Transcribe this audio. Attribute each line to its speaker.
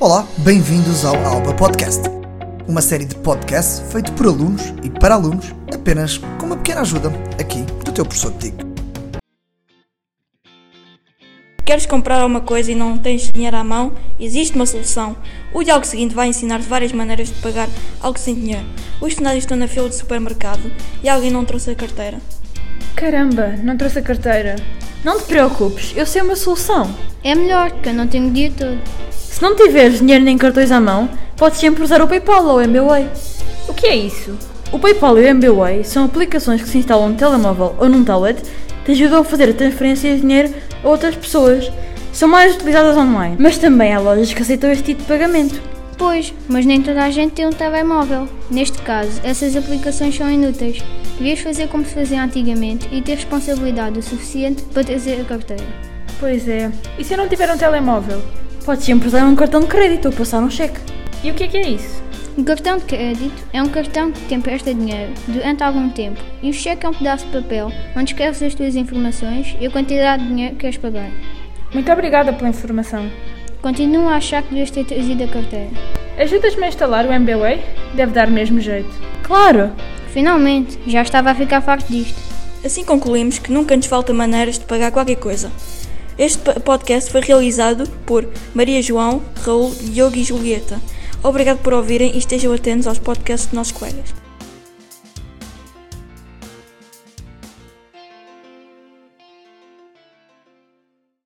Speaker 1: Olá, bem-vindos ao Alba Podcast, uma série de podcasts feito por alunos e para alunos, apenas com uma pequena ajuda aqui do teu professor de Tico.
Speaker 2: Queres comprar alguma coisa e não tens dinheiro à mão? Existe uma solução. O diálogo seguinte vai ensinar-te várias maneiras de pagar algo sem dinheiro. Os estudantes estão na fila do supermercado e alguém não trouxe a carteira.
Speaker 3: Caramba, não trouxe a carteira. Não te preocupes, eu sei uma solução.
Speaker 4: É melhor, que eu não tenho dia todo.
Speaker 3: Se não tiveres dinheiro nem cartões à mão, podes sempre usar o PayPal ou o MBWay. O que é isso? O PayPal e o MBWay são aplicações que se instalam no telemóvel ou num tablet que ajudam a fazer a transferência de dinheiro a outras pessoas. São mais utilizadas online, mas também há lojas que aceitam este tipo de pagamento.
Speaker 4: Pois, mas nem toda a gente tem um telemóvel. Neste caso, essas aplicações são inúteis. Devias fazer como se fazia antigamente e ter responsabilidade o suficiente para trazer a carteira.
Speaker 5: Pois é. E se eu não tiver um telemóvel?
Speaker 3: Podes sempre usar um cartão de crédito ou passar um cheque.
Speaker 5: E o que é que é isso?
Speaker 4: O Um cartão de crédito é um cartão que te empresta dinheiro durante algum tempo e o cheque é um pedaço de papel onde escreves as tuas informações e a quantidade de dinheiro que queres pagar.
Speaker 5: Muito obrigada pela informação.
Speaker 4: Continuo a achar que devias ter trazido a carteira.
Speaker 5: Ajudas-me a instalar o MBWay? Deve dar mesmo jeito.
Speaker 3: Claro!
Speaker 4: Finalmente, já estava a ficar farto disto.
Speaker 2: Assim concluímos que nunca nos falta maneiras de pagar qualquer coisa. Este pa- podcast foi realizado por Maria João, Raul, Diogo e Julieta. Obrigado por ouvirem e estejam atentos aos podcasts de nossos colegas.